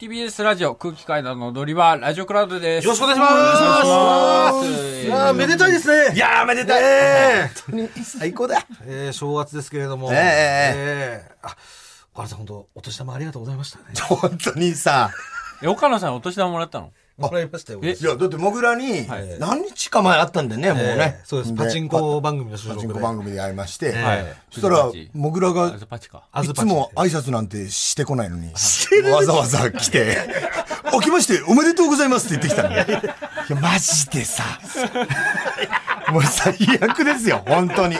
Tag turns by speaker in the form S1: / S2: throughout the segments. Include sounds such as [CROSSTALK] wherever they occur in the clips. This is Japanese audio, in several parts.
S1: TBS ラジオ空気階段の踊り場ラジオクラウドです。
S2: よろしくお願いしますいやーめでたいですね
S3: いやー、めでたい、
S2: えー
S3: 本当に最高だ
S2: えー正月ですけれども
S3: えええ
S2: えーあ岡田さん本当お年玉ありがとうございましたね
S3: 本当にさ。
S1: え岡野さんお年玉もらったの
S2: もらいましたよ
S1: え
S3: いや、だって、もぐらに、何日か前あったんだよね、もうね。
S2: そうですパチンコ番組の収
S3: パチ
S2: 録で
S3: ンコ番組で会いまして、
S2: え
S3: そしたら
S1: パチ、
S3: もぐらが、
S1: あズパチか。
S2: あ
S3: い
S2: ず
S3: つ
S2: パチ
S3: も挨拶なんてしてこないのに、わざわざ来て、起きまして、おめでとうございますって言ってきたの。いや、マジでさ、もう最悪ですよ、本当に。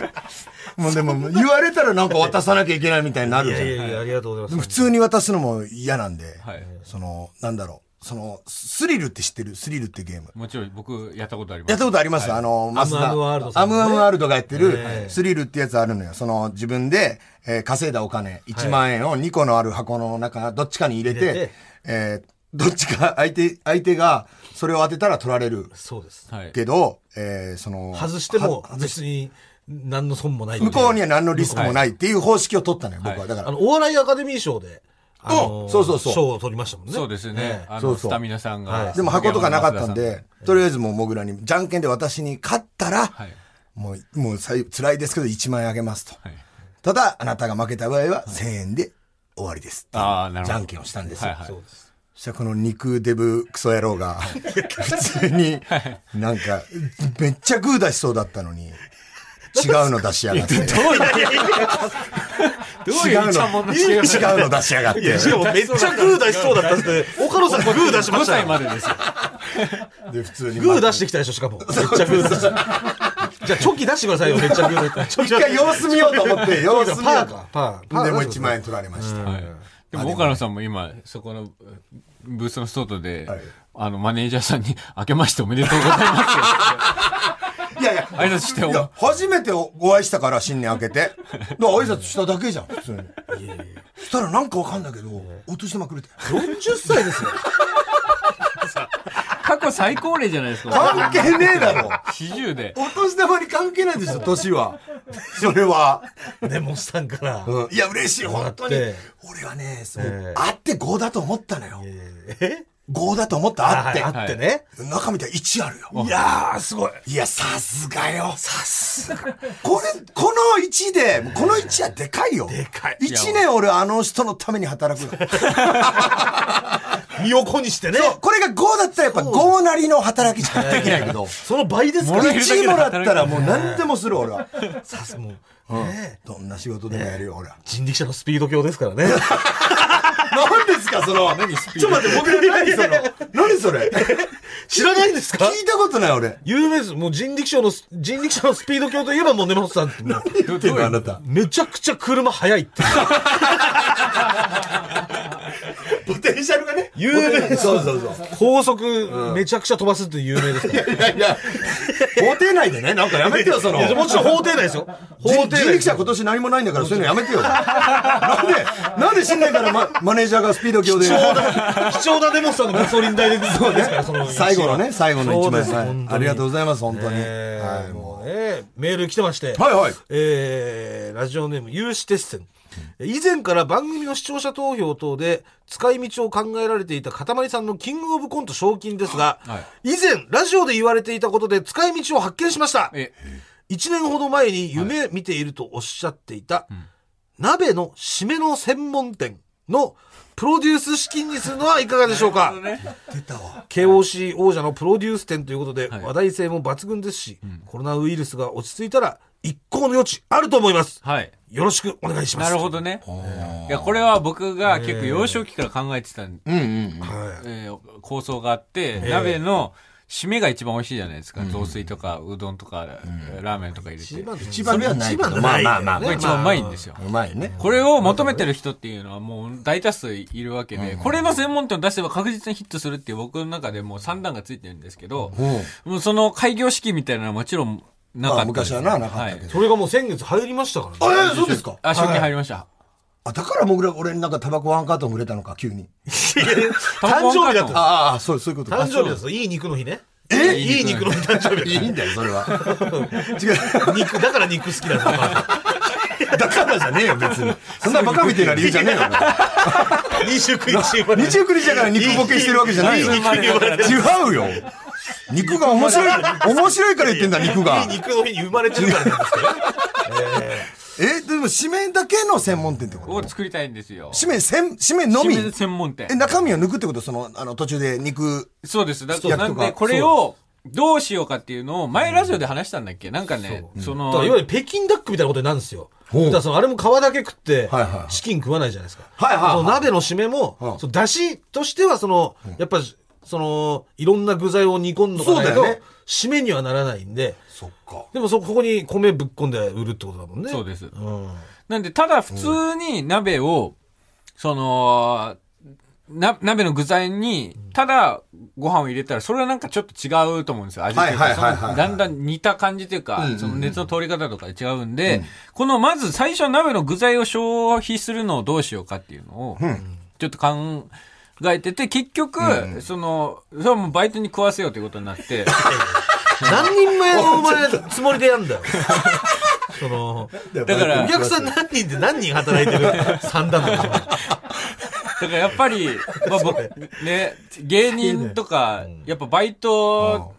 S3: もうでも、言われたらなんか渡さなきゃいけないみたいになる
S2: い
S3: じ
S2: や
S3: ゃん。
S2: いやいやありがとうござい
S3: でも
S2: ま
S3: 普
S2: す
S3: 通に渡すのも嫌なんで、
S1: はい
S3: その、なんだろう、その、スリルって知ってるスリルってゲーム。
S1: もちろん僕やったことあります。
S3: やったことあります、あの、マスダ。
S2: アムアムワールドさ
S3: ア
S2: んのね
S3: ムアムワールドがやってる、スリルってやつあるのよ。その、自分で、えー稼いだお金、1万円を2個のある箱の中、どっちかに入れて、
S2: 入れて
S3: えーどっちか、相手、相手が、それを当てたら取られる。
S2: そうです
S1: はい。
S3: けど、えーその、
S2: 外しても
S3: は外し
S2: 別に何の損もない
S3: 向こうには何のリスク
S2: も
S3: もないっていう方式を取ったのよ、僕は。だか
S2: あ
S3: ら、
S2: のお笑いアカデミー賞であのー
S3: そうそうそう
S2: 賞を取りましたもんね
S1: そうですね。あ
S3: そう
S1: の、
S3: そう
S1: スタミナさんが。
S2: はい
S3: でも箱とかなかったん
S1: 杉山
S3: で、とりあえずもうもぐらに、じゃんけんで私に勝ったら、
S1: 松田さん。はい。
S3: もう、もうさい、辛いですけど1万円あげますと。
S1: はい。
S3: ただ、あなたが負けた場合は1000円で終わりです。
S1: ああ、なるほど。
S3: じゃんけんをしたんですよ
S1: はいはい
S2: そうです
S3: そしたらこの肉デブクソ野郎が、普通に、なんか、めっちゃグー出しそうだったのに、違うの出しやがって。違う
S1: どういう一番もんの違い
S3: の出しやがって。
S2: しかもめっちゃグー出しそうだったんで岡野さんグー出しま
S1: 5
S2: した
S1: 歳
S2: よ
S1: までですよ。
S3: で、普通に。
S2: グー出してきたでしょ、し
S3: [LAUGHS]
S2: かも。めっちゃグー出して。じゃあ、チョキ出してくださいよ、めっちゃグー出して。
S3: [LAUGHS] 一回様子見ようと思
S2: [LAUGHS]
S3: って、様子
S2: パ
S3: 見よ
S2: ーか。
S3: う
S2: パー。パ
S3: と。
S2: ー
S3: でも1万円取られました。
S1: はいでも岡野さんも今、そこのブースの外で
S3: はい、
S1: あの、マネージャーさんに、明けましておめでとうございますよ
S3: いやいや、
S1: 挨拶してお
S3: いや、初めてお会いしたから、新年明
S2: [LAUGHS]
S3: けて。だから挨拶しただけじゃん、普通に。そしたらなんかわかんないけど、落としてまくれて。
S2: 40歳ですよ。
S1: [LAUGHS] 過去最高齢じゃないですか。
S3: 関係ねえだろ。
S1: 40で。
S3: お年玉に関係ないでしょ、年は。それは。
S2: ね、モスさんから。
S3: うん。いや、嬉しい、本当に
S2: だって。
S3: 俺はね、そう
S2: ええ
S3: あって5だと思ったのよ。
S2: え
S3: 5だと思った、あ
S2: あ
S3: って。
S2: あってね。
S3: 中見たら1あるよ。
S2: いやー、すごい。
S3: いや、さすがよ。さすが。これ、この1で、この1はでかいよ。で
S2: かい
S3: 1年俺、あの人のために働くよ。
S2: 身を粉にしてね。
S3: そう、これが5だったらやっぱ5なりの働きしかできないけど。
S2: その倍ですから
S1: もらえるだけ
S3: 1
S1: で
S3: もら
S1: 働
S3: っ
S1: く
S3: たらもう何でもする、俺は。
S2: さすもう。ね
S3: どんな仕事でもやるよ、俺は。
S2: 人力車のスピード強です
S3: [LAUGHS]
S2: からね。
S3: 何ですか、その。何ちょっと待って、僕ら何その。何それ。
S2: 知らないです
S3: 聞
S2: か
S3: いたことない、俺。
S2: 有名です。もう人力車の、人力車のスピード強といえばもうね、モスさんってもう。
S3: 言ってん [LAUGHS] の、あなた。
S2: めちゃくちゃ車速いって。
S3: ポテンシャルがね。
S2: 有名です。
S3: そうそうそう。
S2: 高速めちゃくちゃ飛ばすって有名ですから。
S3: いやいや、法廷内でね、なんかやめてよ、その。
S2: いやもちろん法廷内です
S3: [LAUGHS]
S2: よ。法
S3: 人
S2: 廷内
S3: 人力車今年何もないんだから、そういうのやめてよ。なんで、なんで新年からママネージャーがスピード強で
S2: 貴。重な、貴重なデモスさんのガソリン代で、そうですから、その。
S3: [LAUGHS] 最後のね、最後の一
S2: そう
S3: 枚
S2: です
S3: はい
S2: 本当に
S3: ありがとうございます、本当に。
S2: え
S3: は
S2: ー
S3: い、も
S2: もうね、メール来てまして。
S3: はいはい
S2: えーラジオネーム、有志鉄線。以前から番組の視聴者投票等で使い道を考えられていたかたまりさんのキングオブコント賞金ですが、以前ラジオで言われていたことで使い道を発見しました。
S1: え、
S2: 1年ほど前に夢見ているとおっしゃっていた、鍋の締めの専門店のプロデュース資金にするのはいかがでしょうか、
S3: う。出たわ。
S2: KOC 王者のプロデュース店ということで、
S1: い
S2: 話題性も抜群ですし、コロナウイルスが落ち着いたら一向の余地あると思います、
S1: はい。
S2: よろしくお願いします
S1: なるほどね。いや、これは僕が結構幼少期から考えてたん
S3: うんうん。
S2: は
S1: えー構想があって、鍋の締めが一番美味しいじゃないですか。雑炊とか、うどんとか、ラーメンとか入れて。
S3: 一番ではないけどまあまあまあ
S1: が一番うまいんですよ。
S3: うまいね。
S1: これを求めてる人っていうのはもう大多数いるわけで、これの専門店を出せば確実にヒットするっていう僕の中でもう算段がついてるんですけど、もうその開業式みたいなのはもちろんなかった
S3: まあ
S1: です
S3: 昔はな、なかったけ
S1: はい
S3: ど。
S2: それがもう先月入りましたからね。
S3: あえーそうですか
S1: あ、賞金
S3: はい
S1: 入りました。
S3: あ、だからもぐら、俺になんかタバコワンカートン売れたのか、急に。
S2: 誕生日だった。
S3: ああ、そう、そういうことか
S2: 誕生日だった。いい肉の日ね。
S1: え
S2: いい肉の日誕生日
S3: いいんだよ、それは。 [LAUGHS] 違う。
S2: 肉、だから肉好きだぞお前
S3: だからじゃねえよ、別に。そんなバカみたいな理由じゃねえよ。
S2: 二十九日生まれ
S3: 日曜日だから肉ボケしてるわけじゃないよ。
S2: いい肉に生まれて
S3: 違うよ。肉が面白い、面白いから言ってんだ、肉が
S2: いい。肉の日に生まれてるからなんです
S3: [LAUGHS]
S2: けどね。
S3: え、でも、締めだけの専門店ってこ
S1: を
S3: と
S1: 作りたいんですよ。
S3: 締め、せん締めのみ。
S1: 締め専門店
S3: え、。中身を抜くってことその、あの、途中で肉。
S1: そうです。だ
S3: き焼き
S1: な
S3: と
S1: ん
S3: か
S1: で、これを、どうしようかっていうのを、前ラジオで話したんだっけなんかね、そ
S2: だか
S1: の
S2: らい、わゆる北京ダックみたいなことになるんですよ。
S3: う
S2: だからそのあれも皮だけ食って
S3: はいはいは、い
S2: チキン食わないじゃないですか。
S3: はいはいはい
S2: その鍋の締め
S3: う
S2: も
S3: ん、
S2: その出汁としては、その、やっぱ、その、いろんな具材を煮込んどかない
S3: そう
S2: と
S3: だよね、
S2: 締めにはならないんで、
S3: そっか。
S2: でもそ、ここに米ぶっ込んで売るってことだもんね。
S1: そうです。
S2: うん。
S1: なんで、ただ普通に鍋を、その、な、鍋の具材に、ただご飯を入れたら、それはなんかちょっと違うと思うんですよ。味という
S3: はい
S1: か、
S3: はいはいはい
S1: そのだんだん似た感じというか、その熱の通り方とかで違うんで、このまず最初鍋の具材を消費するのをどうしようかっていうのを、ちょっと考えてて、結局、その、それはもうバイトに食わせようということになって、
S2: 何人前の生まれたつもりでや
S3: [LAUGHS]
S2: んだよ。その、
S3: だ
S1: から
S2: お客さん何人で何人働いてる [LAUGHS] 三段目でしょ。
S1: だからやっぱ
S3: [LAUGHS]
S1: り、まあ僕、ね、芸人とか、やっぱバイト、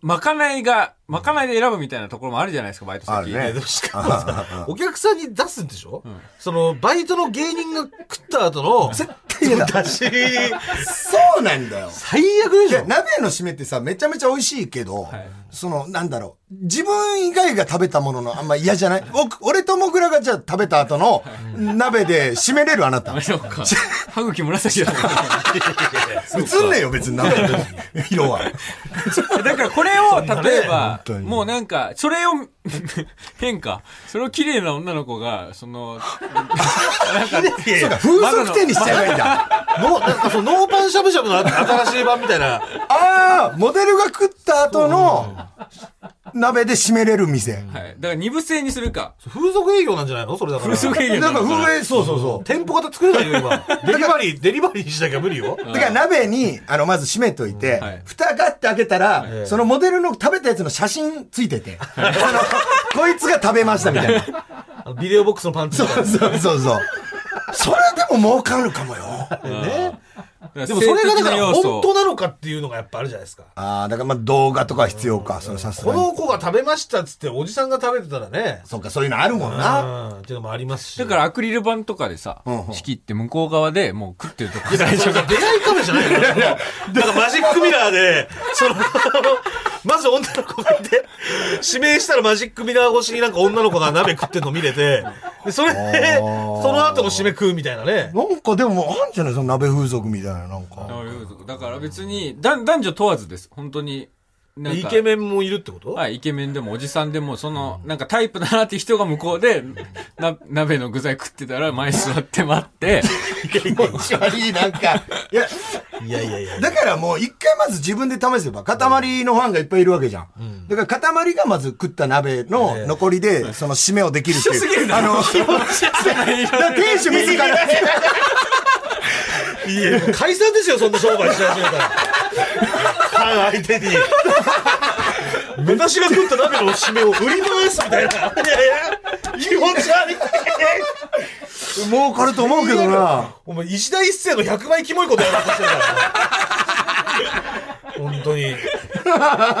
S1: まかないが、まかないで選ぶみたいなところもあるじゃないですか、バイト先。
S3: あるね
S2: でもしかもさ、お客さんに出すんでしょ、その、バイトの芸人が食った後の、絶
S3: 対嫌だ
S2: 出し、
S3: そうなんだよ。
S2: 最悪で
S3: い
S2: し
S3: や
S2: ょ
S3: 鍋の締めってさ、めちゃめちゃ美味しいけど、
S1: い
S3: その、なんだろう、自分以外が食べたもののあんま嫌じゃない僕、俺ともぐらがじゃあ食べた後の鍋で締めれるあなた。映
S1: そうか。歯茎紫だ
S3: [LAUGHS]
S1: から。
S3: んねえよ、別に鍋の色は。
S1: だからこれを、例えば
S3: 当、に
S1: もうなんか、それを、 [LAUGHS] 変か。それを綺麗な女の子が、その、
S3: そうか、風俗店にしちゃえばいいんだ。
S2: のなんかそのノーパンしゃぶしゃぶの新しい版みたいな。
S3: ああ、モデルが食った後の鍋で締めれる店。
S1: はい。だから二部制にするか。
S2: 風俗営業なんじゃないのそれだから。
S1: 風俗営業
S3: なんか
S1: のか
S3: 風営、そうそうそう。
S2: 店舗型作れないよ、今。デリバリー、デリバリーしなきゃ無理よ。
S3: だから鍋に、あの、まず締めといて、
S1: はい
S3: 蓋ガッて開けたら、
S2: ええ
S3: そのモデルの食べたやつの写真ついてて、あの、こいつが食べましたみたいな。
S2: あのビデオボックスのパンツみたいな
S3: そうそうそう。それでも儲かるかもよ。
S2: ね。
S1: ら
S2: でもそれが
S1: 性
S2: だから
S1: 的な要
S2: 本
S1: 素
S2: 当なのかっていうのがやっぱあるじゃないですか。
S3: ああ、だからまあ動画とかは必要か、それさす
S2: こ
S3: がに
S2: の。子が食べましたっつっておじさんが食べてたらね。
S3: そうか、そういうのあるもんな。
S2: うん。っていうのもありますし。
S1: だからアクリル板とかでさ
S3: んうん、
S1: 仕切って向こう側でもう食ってるとこ。
S2: 大丈夫出会いカメラじゃないよ。なんかマジックミラーで、その、まず女の子がいて、指名したらマジックミラー越しになんか女の子が鍋食ってんの見れて、で、それで、
S3: あー
S2: その後の締め食うみたいなね。
S3: なんかでも、あんじゃないその鍋風俗みたいな、なんか。
S1: だから別に、だ男女問わずです。本当に。なんか
S2: イケメンもいるってこと、
S1: はい、イケメンでもおじさんでも、その、なんかタイプだなって人が向こうで、な、鍋の具材食ってたら前座って待
S2: [LAUGHS]
S1: って、
S3: 気持ち悪い、なんか。いや、
S2: い、やいやいや。
S3: だからもう一回まず自分で試せば、塊のファンがいっぱいいるわけじゃん。だから塊がまず食った鍋の残りで、その締めをできるっていう。
S1: 一緒すぎるな
S3: あの、 [LAUGHS] だから店主もいいから。
S2: いや、もう解散ですよ、そんな商売し始めたら。ファン相手に。目出しが食った鍋の締めを売り回すみたいな。いやいや、気持ち悪い。
S3: 儲かると思うけどな。
S2: お前、石田一世の100倍キモいことやろうとしてるからな。本当に。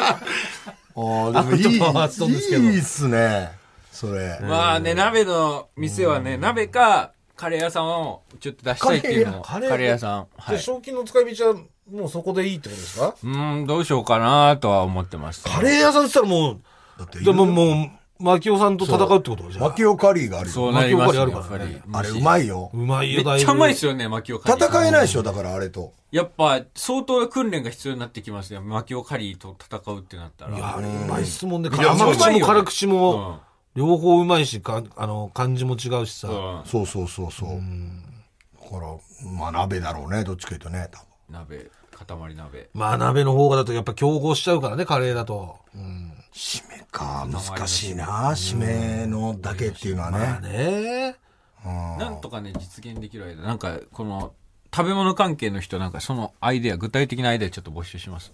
S2: アウトパ
S3: ああ、でもいい。
S2: ワーストーンですけど
S3: いいっすね。それ。
S1: まあね、鍋の店はね、鍋か、カレー屋さんをちょっと出したいっていうのも、カ
S2: カ
S1: レ
S2: レー
S1: ー
S2: 屋
S1: 屋さん。は
S2: で、
S1: い。
S2: 賞金の使い道は、もうそこでいいってことですか
S1: うーん、どうしようかなとは思ってます。
S2: カレー屋さんって言ったらもう、
S3: だって
S2: でももう、マキオさんと戦うってことじゃ
S3: マ
S2: あ。
S3: キオカリーがある
S1: そう
S3: よ。
S1: なりますね、
S2: 巻き起こりある
S1: やっ
S2: か
S1: ぱ
S2: らね
S1: り。
S3: あれうまいよ
S2: う。まい
S1: め
S2: よ、
S1: っ
S2: だいぶ。
S1: ちゃうまいですよね、巻きをカリー。
S3: 戦えないでしょ、だからあれと。
S1: やっぱ、相当な訓練が必要になってきますね。巻きをカリーと戦うってなったら。
S2: いや、あれうまいっすもんね。
S1: いや
S2: 甘
S1: うま
S2: 口
S1: い
S2: も
S1: よ
S2: 辛口も、両方うまいし、かあの、感じも違うし
S1: う
S2: さ。
S1: ん。
S3: そうそうそうそう。だから、まあ鍋だろうね、どっちか言うとね、多分。
S1: 鍋、塊鍋。
S2: まあ、鍋の方がだとやっぱ競合しちゃうからね、カレーだと。うん。
S3: 締めか、難しいな、締めのだけっていうのは
S2: まあ
S3: ね。
S2: ね。
S1: なんとかね、実現できる間、なんか、この、食べ物関係の人なんか、そのアイデア、具体的なアイデアちょっと募集します。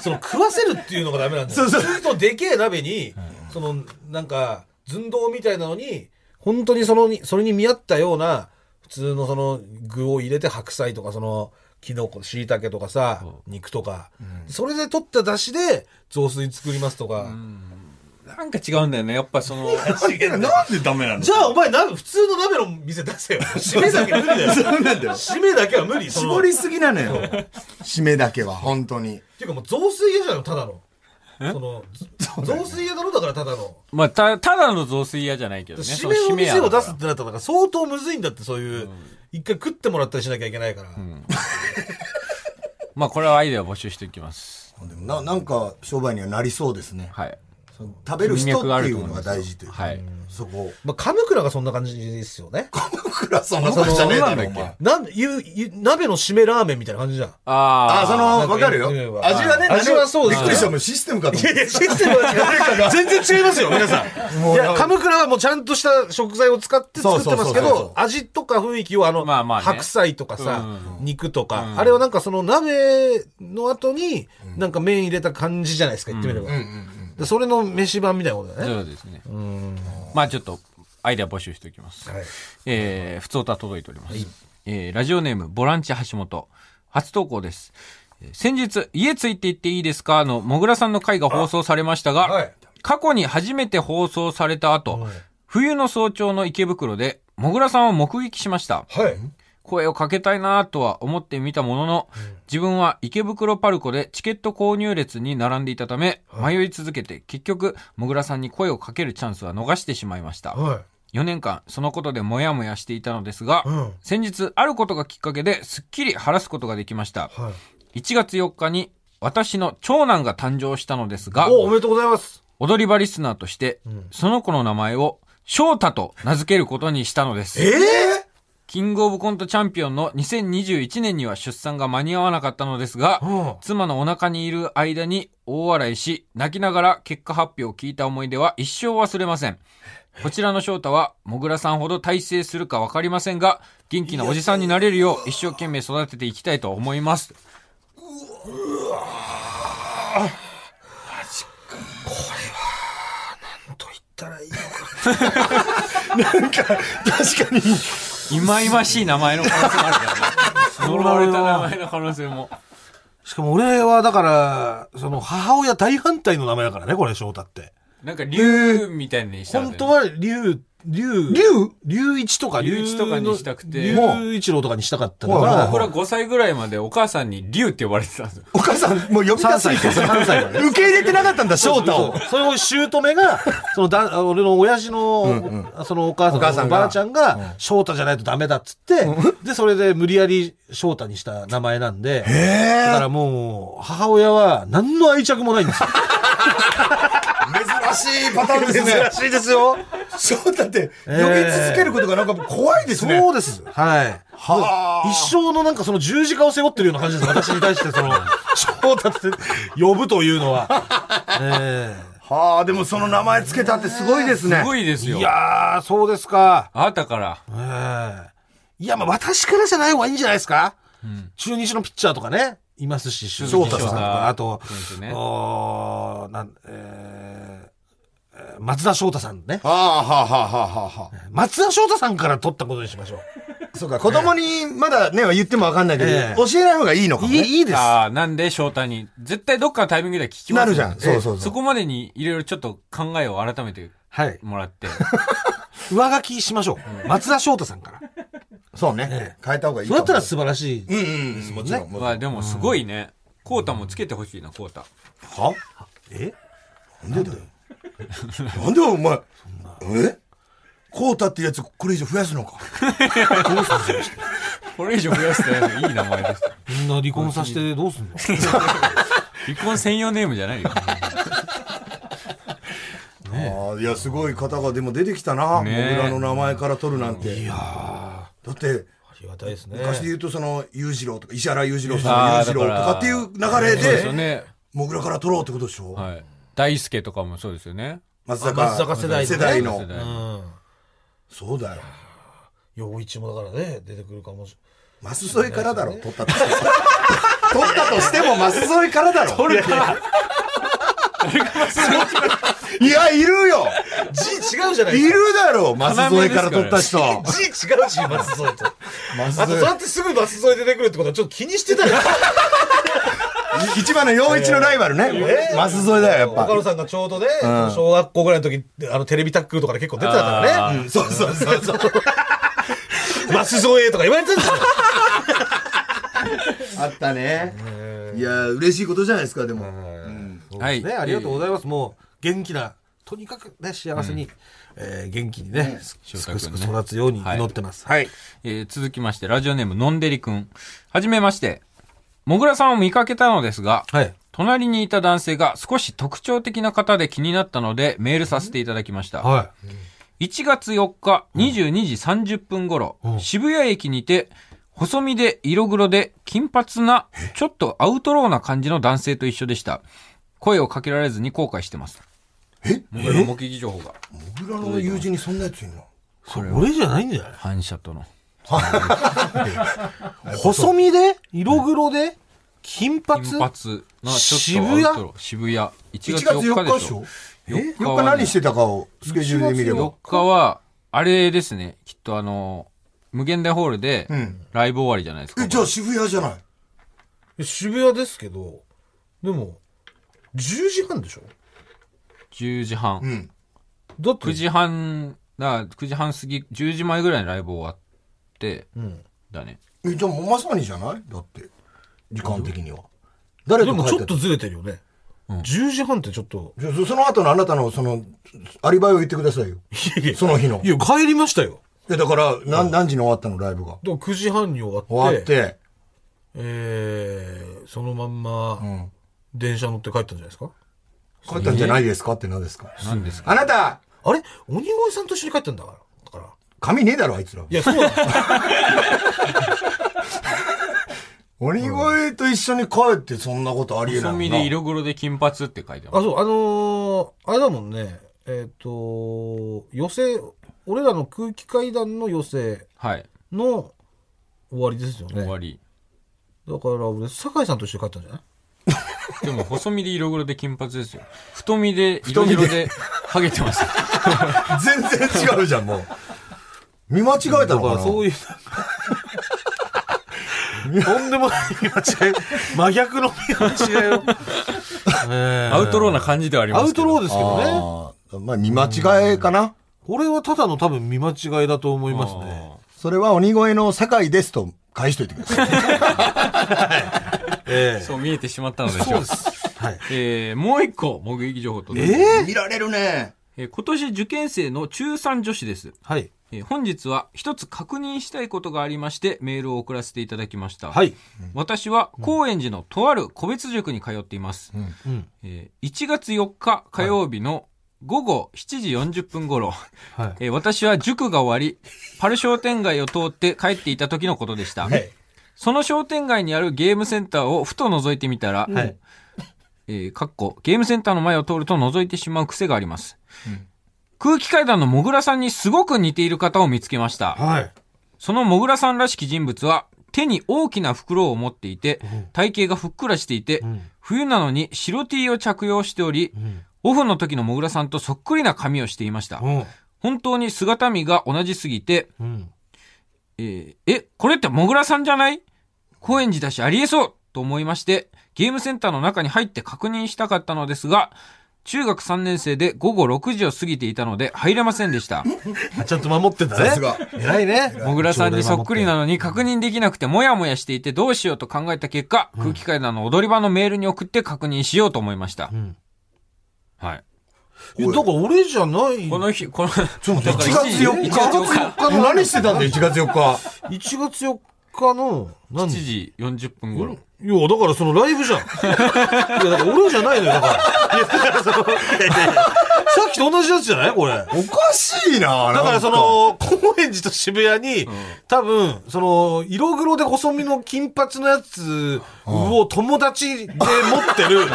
S2: その食わせるっていうのがダメなんだよ。そうそう。とでけえ鍋に、そのなんか寸胴みたいなのに本当にそのそれに見合ったような普通のその具を入れて白菜とかそのキノコ、椎茸とかさ、肉とか、それで取った出汁で雑炊作りますとか。
S1: [LAUGHS] なんか違うんだよね。やっぱその、
S3: なんでダメなの
S2: じゃあお前鍋普通の鍋の店出せよ。 [LAUGHS] 締めだけ無理だよ。
S3: そうなんだよ。
S2: 締めだけは無理。その
S3: 絞りすぎなのよ。締めだけは、本当に。
S2: っていうかもう雑炊屋じゃんただの。その雑炊屋だろだからただの。
S1: [LAUGHS] まあ、た、ただの雑炊屋じゃない [LAUGHS] けどね。
S2: 締めの店
S1: その
S2: を出
S1: だか
S2: す
S1: ら
S2: ってなったらなんか相当むずいんだってそういう、一回食ってもらったりしなきゃいけないから、
S1: まあ、これはアイデア募集していきます。
S3: でもななんか商売にはなりそうですね。
S1: はい。
S3: その食べる人っていうのが大事というか。
S1: はい。
S3: そこ。
S2: まあ、カムクラがそんな感じですよね
S3: 僕らそんなことじゃねえだろ、お前。
S2: なんゆゆ鍋の締めラーメンみたいな感じじゃん
S1: あ
S3: あ、
S1: あ、
S3: そ
S2: なん
S3: の、
S2: か
S3: わかるよ
S2: 言う。
S3: 味はね、
S2: 味はそうで
S3: び
S2: すよ
S3: っくりした。もうシステムかと思っ
S2: いやシステムは違う [LAUGHS] 全然違いますよ皆さん
S3: もう
S2: いやカムクラはもうちゃんとした食材を使って作ってますけ
S3: そうそうそうそう
S2: ど味とか雰囲気をあの、
S1: まあまあね
S2: 白菜とかさ、肉とか、
S1: うん
S2: あれはなんかその鍋の後になんか麺入れた感じじゃないですか言ってみれば、でそれの飯版みたいなことだね、
S1: そうですね。まあ、ちょっと、アイデア募集しておきます。
S2: はい
S1: えー、普通歌届いております。えー、ラジオネーム、ボランチ橋本。初投稿です。えー先日、家ついて行っていいですかの、もぐらさんの回が放送されましたが、
S2: はい
S1: 過去に初めて放送された後、
S2: はい
S1: 冬の早朝の池袋で、もぐらさんを目撃しました。
S2: はい。
S1: 声をかけたいなとは思ってみたものの、自分は池袋パルコでチケット購入列に並んでいたため、迷い続けて結局、もぐらさんに声をかけるチャンスは逃してしまいました。
S2: は
S1: 4年間、そのことでモヤモヤしていたのですが、
S2: うん
S1: 先日、あることがきっかけですっきり晴らすことができました。
S2: い。はい。
S1: 1月4日に、私の長男が誕生したのですが、
S2: お、おめでとうございます。
S1: 踊り場リスナーとして、その子の名前を、翔太と名付けることにしたのです。
S2: ええ
S1: キングオブコントチャンピオンの2021年には出産が間に合わなかったのですが、
S2: うん
S1: 妻のお腹にいる間に大笑いし、泣きながら結果発表を聞いた思い出は一生忘れません。こちらの翔太は、もぐらさんほど大成するかわかりませんが、元気なおじさんになれるよう一生懸命育てていきたいと思います。
S2: と言ったらいい
S3: 確かに。
S1: いまいましい名前の可能性もある
S2: [LAUGHS]
S1: からね。呪われた名前の可能性も。
S2: しかも俺はだから、その母親大反対の名前だからね、これ、翔太って。
S1: なんか、竜みたいにしたんだよ
S2: 本
S1: ね
S2: 当は竜、竜、
S3: 竜
S2: 竜一とか
S1: 竜一とかにしたくて
S2: 竜一郎とかにしたかったか
S3: ほら
S2: ら
S1: 僕、
S3: ほ
S1: ら5歳ぐらいまでお母さんに竜って呼ばれてたんですよ。
S3: お母さん、もう呼び出すぎて。
S2: 3歳までね
S3: 受け入れてなかったんだ、翔太を。
S2: それを姑
S3: [LAUGHS]
S2: が、そのだ、俺の親父の、そのお母さん
S3: お母さんが
S2: おばあちゃんが、翔太じゃないとダメだっつって、で、それで無理やり翔太にした名前なんで、だからもう、母親は何の愛着もないんですよ。
S3: 珍しいパターンですね。
S2: しいですよ。
S3: 翔太って、呼び続けることがなんか怖いですね。
S2: そうです。はい。
S3: はあ
S2: 一生のなんかその十字架を背負ってるような感じです。私に対してそ [LAUGHS] の、翔太って呼ぶというのは。え
S3: はあ、でもその名前つけたってすごいですね。
S1: すごいです
S2: え
S1: よ。
S2: いやー、そうですか。
S1: あなたから。
S2: ええいや、まあ私からじゃない方がいいんじゃないですか、中日のピッチャーとかね、いますし、翔
S1: 鈴木
S2: 太さんと
S1: 翔
S2: か、
S1: 太
S2: あと
S1: 選手、ね
S2: おーなんえーえー松田翔太さんね。
S3: はあ、はあ、はあ、はあ、はあ。
S2: 松田翔太さんから取ったことにしましょう。
S3: そうか、子供にまだね、言ってもわかんないけど、
S2: ええ
S3: 教えない方がいいのか
S2: い
S3: も、ね。
S2: い、いいです。
S1: ああ、なんで翔太に。絶対どっかのタイミングでは聞きますよ
S3: なるじゃんそうそうそう
S1: ええそこまでにいろいろちょっと考えを改めて
S2: はい。
S1: もらって。
S2: 上書きしましょう。松田翔太さんから。
S3: そうね。変えた方がいい
S2: そう
S3: かも。
S2: やったら素晴らしい。
S3: うんうんうん、もちろん。もち
S1: ま
S3: ろ
S1: あ
S3: ん
S1: でもすごいね。コータもつけてほしいな、コータ。
S3: は
S2: え
S3: なんでだよ。なんでお前、えこうたってやつこれ以上増やすのか。
S1: これ以上増やすといい名前です。
S2: みんな離婚させてどうすんの
S1: [LAUGHS] 離婚専用ネームじゃないよ。
S3: ああ、いや、すごい方がでも出てきたな。モグ
S1: ねえ
S3: ラの名前から取るなんて。いやだって、
S2: ありがたいですね。
S3: 昔で言うとその、裕次郎とか、石原裕次郎さん
S1: あ
S3: の
S1: あ
S3: 裕次郎とかっていう流れ
S1: そうですよ
S3: で、
S1: ね。
S3: モグラから取ろうってことでしょ
S1: はい。大輔とかもそうですよね。
S3: 松坂。
S2: あ松坂世代のね
S3: 世代の
S1: 世。代
S2: うん。
S3: そうだよ。
S2: 陽一もだからね、出てくるかもし
S3: マス添えからだろ、取ったとしても。取ったとしてもマス添えからだろ。取るから。いや、いるよ
S2: 字違うじゃない
S3: い
S2: です
S3: る
S2: か。
S3: だろマス添えから取った人。
S2: 字違うし、松 [LAUGHS] 添と。
S3: マス
S2: あと、
S3: 添
S2: そうやってすぐ松添出てくるってことはちょっと気にしてたよ。
S3: え。一番の陽一のライバルね。マス添えだよ、やっ
S2: 岡
S3: ぱ。
S2: 野さんがちょうどね、小学校ぐらいの時、あの、テレビタックルとかで結構出てたからね。
S3: うんそうそうそ
S2: [LAUGHS]
S3: うそう。
S2: 松添とか言われてるんですよ。
S3: あったね。いや、嬉しいことじゃないですか、でも。うん
S1: はい。
S2: ね、ありがとうございます。もう、元気な、とにかくね、幸せに、えー元気にね、す
S1: 翔
S2: す
S1: 太君
S2: く
S1: ね
S2: すく育つように祈ってます。はい。
S1: えー続きまして、ラジオネーム、のんでりくん。はじめまして。もぐらさんを見かけたのですが、
S2: はい。
S1: 隣にいた男性が少し特徴的な方で気になったのでメールさせていただきました。
S2: は
S1: 1月4日22時30分頃、渋谷駅にて、細身で色黒で金髪な、ちょっとアウトローな感じの男性と一緒でした。声をかけられずに後悔してます。
S3: え
S1: もぐらの目撃情報が。
S3: モグラの友人にそんなやついるの
S2: い。それ、俺じゃないんじゃない
S1: 反射との。
S2: 細身で、色黒で、金髪
S1: 金髪な、ちょっと
S2: 渋
S1: アウ
S2: 谷
S1: トロー。渋谷。1月4日でしょ。
S3: え ?4
S1: は
S3: 日
S1: ね
S3: 何してたかをスケジュールで見れば
S1: 4。日は、あれですね、きっとあの、無限大ホールで
S3: ん、
S1: ライブ終わりじゃないですか。
S3: え、じゃあ渋谷じゃない
S2: 渋谷ですけど、でも、10時半でしょ
S1: 10時半。
S3: うん。
S2: だって、
S1: 9時半、だ9時半過ぎ、10時前ぐらいにライブ終わって、だね。
S3: え、じゃあもうまさにじゃないだって。時間的には。誰
S2: で
S3: と
S2: もち
S3: 帰っ
S2: ょ
S3: て
S2: っとずれてるよね。10時半ってちょっと、
S3: じゃあそその後のあなたのその、アリバイを言ってくださいよ。その日の。
S2: い
S3: い
S2: や、帰りましたよ。
S3: や、だから、なん何時に終わったの、ライブが。
S2: でも9時半に終わって、
S3: 終わって。
S2: えー、そのまんま、電車乗って帰ったんじゃないですか、
S3: 帰ったんじゃないですかって何ですか
S1: 何ですか
S3: あなた
S2: あれ鬼越さんと一緒に帰ったんだから。だから。
S3: 髪ねえだろ、あいつら
S2: い。や、そうなん [LAUGHS] だ。
S3: 鬼越と一緒に帰ってそんなことありえない
S1: 細
S3: もんな。
S1: 身で色黒で金髪って書いて
S2: あ、
S1: ます。
S2: そう、あのー、あれだもんね、えっ、と、寄席、俺らの空気階段の寄席
S1: はい。
S2: の終わりですよね。
S1: 終わり。
S2: だから俺、酒井さんと一緒に帰ったんじゃない
S1: でも、細身で色黒で金髪ですよ。太身で色白で、ハゲてます。
S3: 全然違うじゃん、
S2: [LAUGHS]
S3: もう。見間違えたの
S2: だか
S3: からな
S2: そういう。とんでもない間違い、真逆の間違いを。
S1: [LAUGHS] アウトローな感じではあります
S2: アウ
S1: けど。
S2: トローですけどね。
S3: あーまあ、見間違えかな。
S2: これはただの多分見間違いだと思いますね。
S3: それは鬼越の酒井ですと返しといてください。
S2: ええ
S1: そう見えてしまったのでしょう。
S2: はい。
S1: えー、もう一個、目撃情報と。
S2: [LAUGHS]
S3: 見られるね。
S1: えー今年受験生の中3女子です。
S2: はい。
S1: えー本日は一つ確認したいことがありましてメールを送らせていただきました。
S2: はい。
S1: 私は高円寺のとある個別塾に通っています。
S2: うん。
S1: えー1月4日火曜日の午後7時40分頃、
S2: はい。
S1: えー私は塾が終わり、パル商店街を通って帰っていた時のことでした。
S2: はい
S1: その商店街にあるゲームセンターをふと覗いてみたら、
S2: はい
S1: えーかっこ、ゲームセンターの前を通ると覗いてしまう癖があります。空気階段のもぐらさんにすごく似ている方を見つけました。
S2: はい。
S1: そのもぐらさんらしき人物は、手に大きな袋を持っていて、体型がふっくらしていて、冬なのに白 T を着用しており、オフの時のもぐらさんとそっくりな髪をしていました。
S2: うん。
S1: 本当に姿見が同じすぎて、
S2: うん。
S1: えーえ、これってもぐらさんじゃない高円寺だしありえそうと思いまして、ゲームセンターの中に入って確認したかったのですが、中学3年生で午後6時を過ぎていたので入れませんでした。
S2: あちゃんと守ってんだね。
S3: さすが
S2: 偉いね。
S1: もぐらさんにそっくりなのに確認できなくてもやもやしていてどうしようと考えた結果、空気階段の踊り場のメールに送って確認しようと思いました。はい。
S2: いやだから俺じゃない。
S1: この日、この、
S3: ちょっと待って、1
S1: だから
S3: 月4日。
S1: 1月4
S2: 日の
S3: 何してたんだよ、1月4日。
S2: 1月4日の、
S1: 7
S2: 何
S1: 時40分頃。
S2: いや、だからそのライブじゃん。いや、だから俺じゃないのよ、だから。いや、だからその、いやいやいやさっきと同じやつじゃないこれ。だ
S3: おかしいな
S2: からそ、の、高円寺と渋谷に、多分、その、色黒で細身の金髪のやつを友達で持ってる、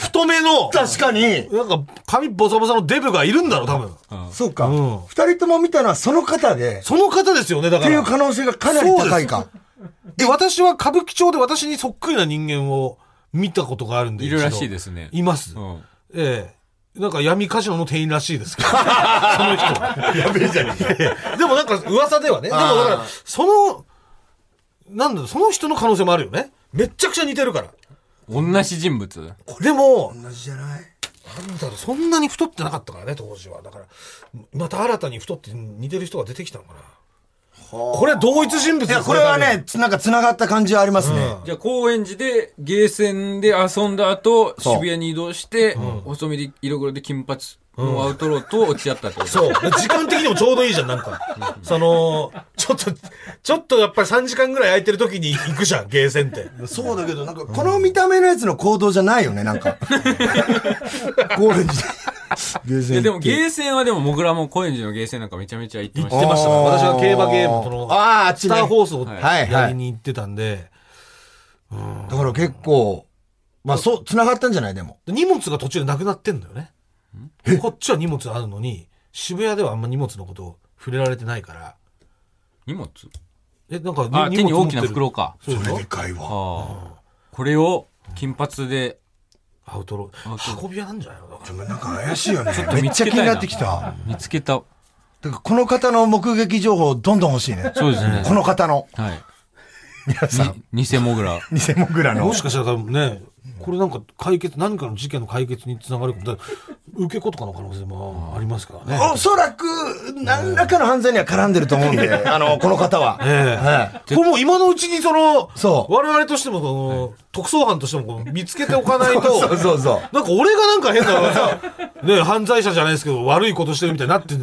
S2: 太めの、
S3: なんか確かに。
S2: なんか髪ボサボサのデブがいるんだろう、多分。
S3: そうか。二、
S2: ん
S3: 人とも見たのはその方で、
S2: その方ですよね、だ
S3: っ
S2: か
S3: ていう
S2: ら。
S3: 可能性がかなり高いか。
S2: で、私は歌舞伎町で私にそっくりな人間を見たことがあるんで。
S1: いるら
S2: 一
S1: し
S2: 度
S1: いですね。
S2: います。
S1: うん。
S2: ええ。なんか闇カジノの店員らしい [LAUGHS] ですけど。その人は。やべえじゃねえでもなんか噂ではね。でもだから、その、なんだろうその人の可能性もあるよね。めっちゃくちゃ似てるから。
S1: 同じ人物
S2: でも、
S3: 同じじゃない
S2: なんだろうそんなに太ってなかったからね、当時は。だから、また新たに太って似てる人が出てきたのかな。これは同一人物
S3: いや、これはね、つなんか繋がった感じはありますね。
S1: じゃあ、高円寺で、ゲーセンで遊んだ後、
S3: そう
S1: 渋谷に移動して、細身で色黒で金髪のアウトローと落ち合ったってこと
S2: そう。時間的にもちょうどいいじゃん、なんか。その、ちょっと、ちょっとやっぱり3時間ぐらい空いてる時に行くじゃん、ゲーセンって。
S3: そうだけど、なんか、この見た目のやつの行動じゃないよね、なんか。ゴールに。ゲーセ
S1: いや
S3: ン行って
S1: でも、ゲーセンはでも、僕らも高円寺のゲーセンなんかめちゃめちゃ行ってまし
S2: 行ってましたから私は競馬ゲームとの
S3: あーあっ
S2: ス
S3: ちね
S2: ター放送を
S3: はい
S2: やりに行ってたんで、
S3: だから結構、まあ、そう、繋がったんじゃないでも。
S2: 荷物が途中でなくなってんだよね。こっちは荷物あるのに、渋谷ではあんま荷物のことを触れられてないから。
S1: 荷物
S2: え、なんかに
S1: あ、手に大きな。
S2: 荷
S1: 袋
S2: 物持ってる
S1: か。
S2: そうでしょ
S3: かいわ。
S1: ああ。これを、金髪で、
S2: アウトロー。運び屋なんじゃないのだか
S3: でもなんか怪しいよね。
S1: と
S3: め
S1: 見
S3: っち
S1: つ
S3: ゃ
S1: け
S3: 気
S1: たいな
S3: になってきた。
S1: 見つけた。
S3: だからこの方の目撃情報、どんどん欲しいね。
S1: そうですね
S3: この方の。
S1: はい。
S3: 皆さん、
S1: に偽モグラ。
S3: 偽モグラ
S2: ら
S3: の
S2: も。しかしたらね、これなんか解決、何かの事件の解決につながるかもだから受け子とかの可能性もありますからね。
S3: おそらく、何らかの犯罪には絡んでると思うんで、あの、この方は。
S2: ええ
S3: はい
S2: これもう今のうちにその、
S3: そう
S2: 我々としてもこの、特捜班としてもこの見つけておかないと、
S3: [LAUGHS] そうそうそう。
S2: なんか俺がなんか変な、ね、犯罪者じゃないですけど、悪いことしてるみたいになって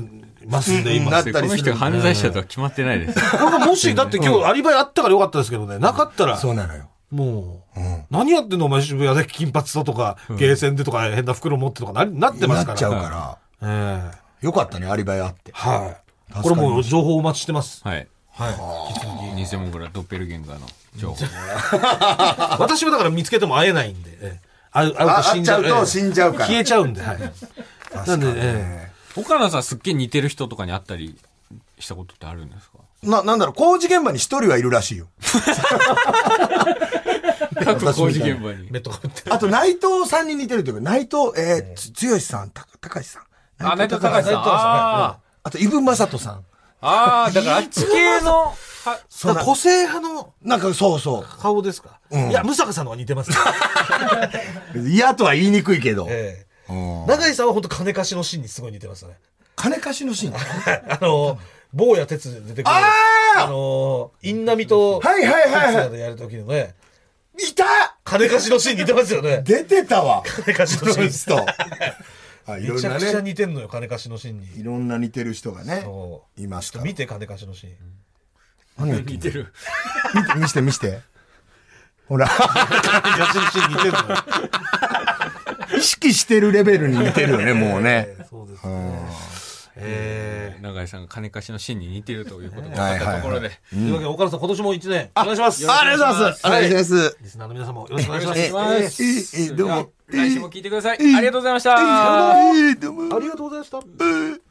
S2: ますんで、
S3: うん
S2: 今。
S3: な
S2: こ
S3: っ
S1: こ
S3: たり
S1: の
S3: する
S1: 人が犯罪者とは決まってないです。
S2: れがもし、だって今日アリバイあったからよかったですけどね、なかったら、
S3: そうなのよ。
S2: もう、何やってんのお前渋谷で金髪だとか、ゲーセンでとか、変な袋持ってとかな、なってます
S3: な
S2: か
S3: っちゃう
S2: ら。
S3: から。
S2: ええ
S3: よかったね、アリバイあって。
S2: はい。これもう情報お待ちしてます。
S1: はい。
S2: はい。
S1: 偽モグラ、ドッペルゲンガーの情報。
S2: 私はだから見つけても会えないんで、ええ会う会うと
S3: あ
S2: 死んじゃう。
S3: 会っちゃうと
S2: ええ
S3: 死んじゃうから
S2: 消えちゃうんで、はい。なんで、ええ
S1: 岡野さん、すっげえ似てる人とかに会ったりしたことってあるんです
S3: [LAUGHS]
S1: か
S3: な、なんだろう、工事現場に一人はいるらしいよ。
S1: 各工事現場に。
S2: 目とかぶってる。
S3: あと、内藤さんに似てるというか、内藤、えー、つ剛さん、た、高橋さん。 [LAUGHS]
S1: あ、内藤隆さん。
S2: 内藤隆さん
S1: あ
S3: あと、イブマサトさん。
S1: あ。ああ、だからあっち系の、
S3: [LAUGHS]
S1: は
S3: そ
S2: だ
S3: ん
S2: から
S3: な
S2: 個性派の
S3: なんか、そうそ
S2: 顔ですか、いや、ムサカさんの方が似て
S3: [LAUGHS]
S2: ます、ね
S3: う。嫌とは言いにくいけど。
S2: ええ永井さんは本当金貸しのシーンにすごい似てますね。
S3: 金貸しのシーン。は
S2: あの、坊や哲で出てくる。
S3: あー
S2: あの、インナミと、
S3: いはいはいは
S2: 哲也でやる時のね、
S3: い。いた
S2: 金貸しのシーン似てますよね。
S3: 出てたわ。
S2: 金貸しのシ
S3: この
S2: ーン。
S3: 人。あいろ
S2: め
S3: ん
S2: ちゃ
S3: な
S2: くちゃ
S3: ね。
S2: 似てんのよ、金貸しのシーンに。
S3: いろんな似てる人がね。
S2: そう
S3: いますから
S2: 見て、金貸しのシーン。
S3: 何言ってんの
S1: 似てる。
S3: 見て、見して、見して。ほら、
S2: 金貸しのシーン似てるのよ。
S3: 意識してるレベルに似てるよね、もうね。
S2: そうですね。え
S1: 永井さんが金貸しのシーンに似てるということが分
S3: は
S1: か
S3: い
S1: っ
S3: はいは
S1: た
S3: い
S1: ところで。
S2: え。というわけで、岡田さん、今年も一年、お願いします。
S3: ありがとうございます。お願いします。
S2: リスナーの皆さんもよろしくお願いしま
S1: お願い
S2: す
S1: し。ま
S3: え
S1: す。
S3: えええどうも
S1: 来週も聞いてください。ありがとうございました。
S3: えーどうも
S2: ありがとうございました。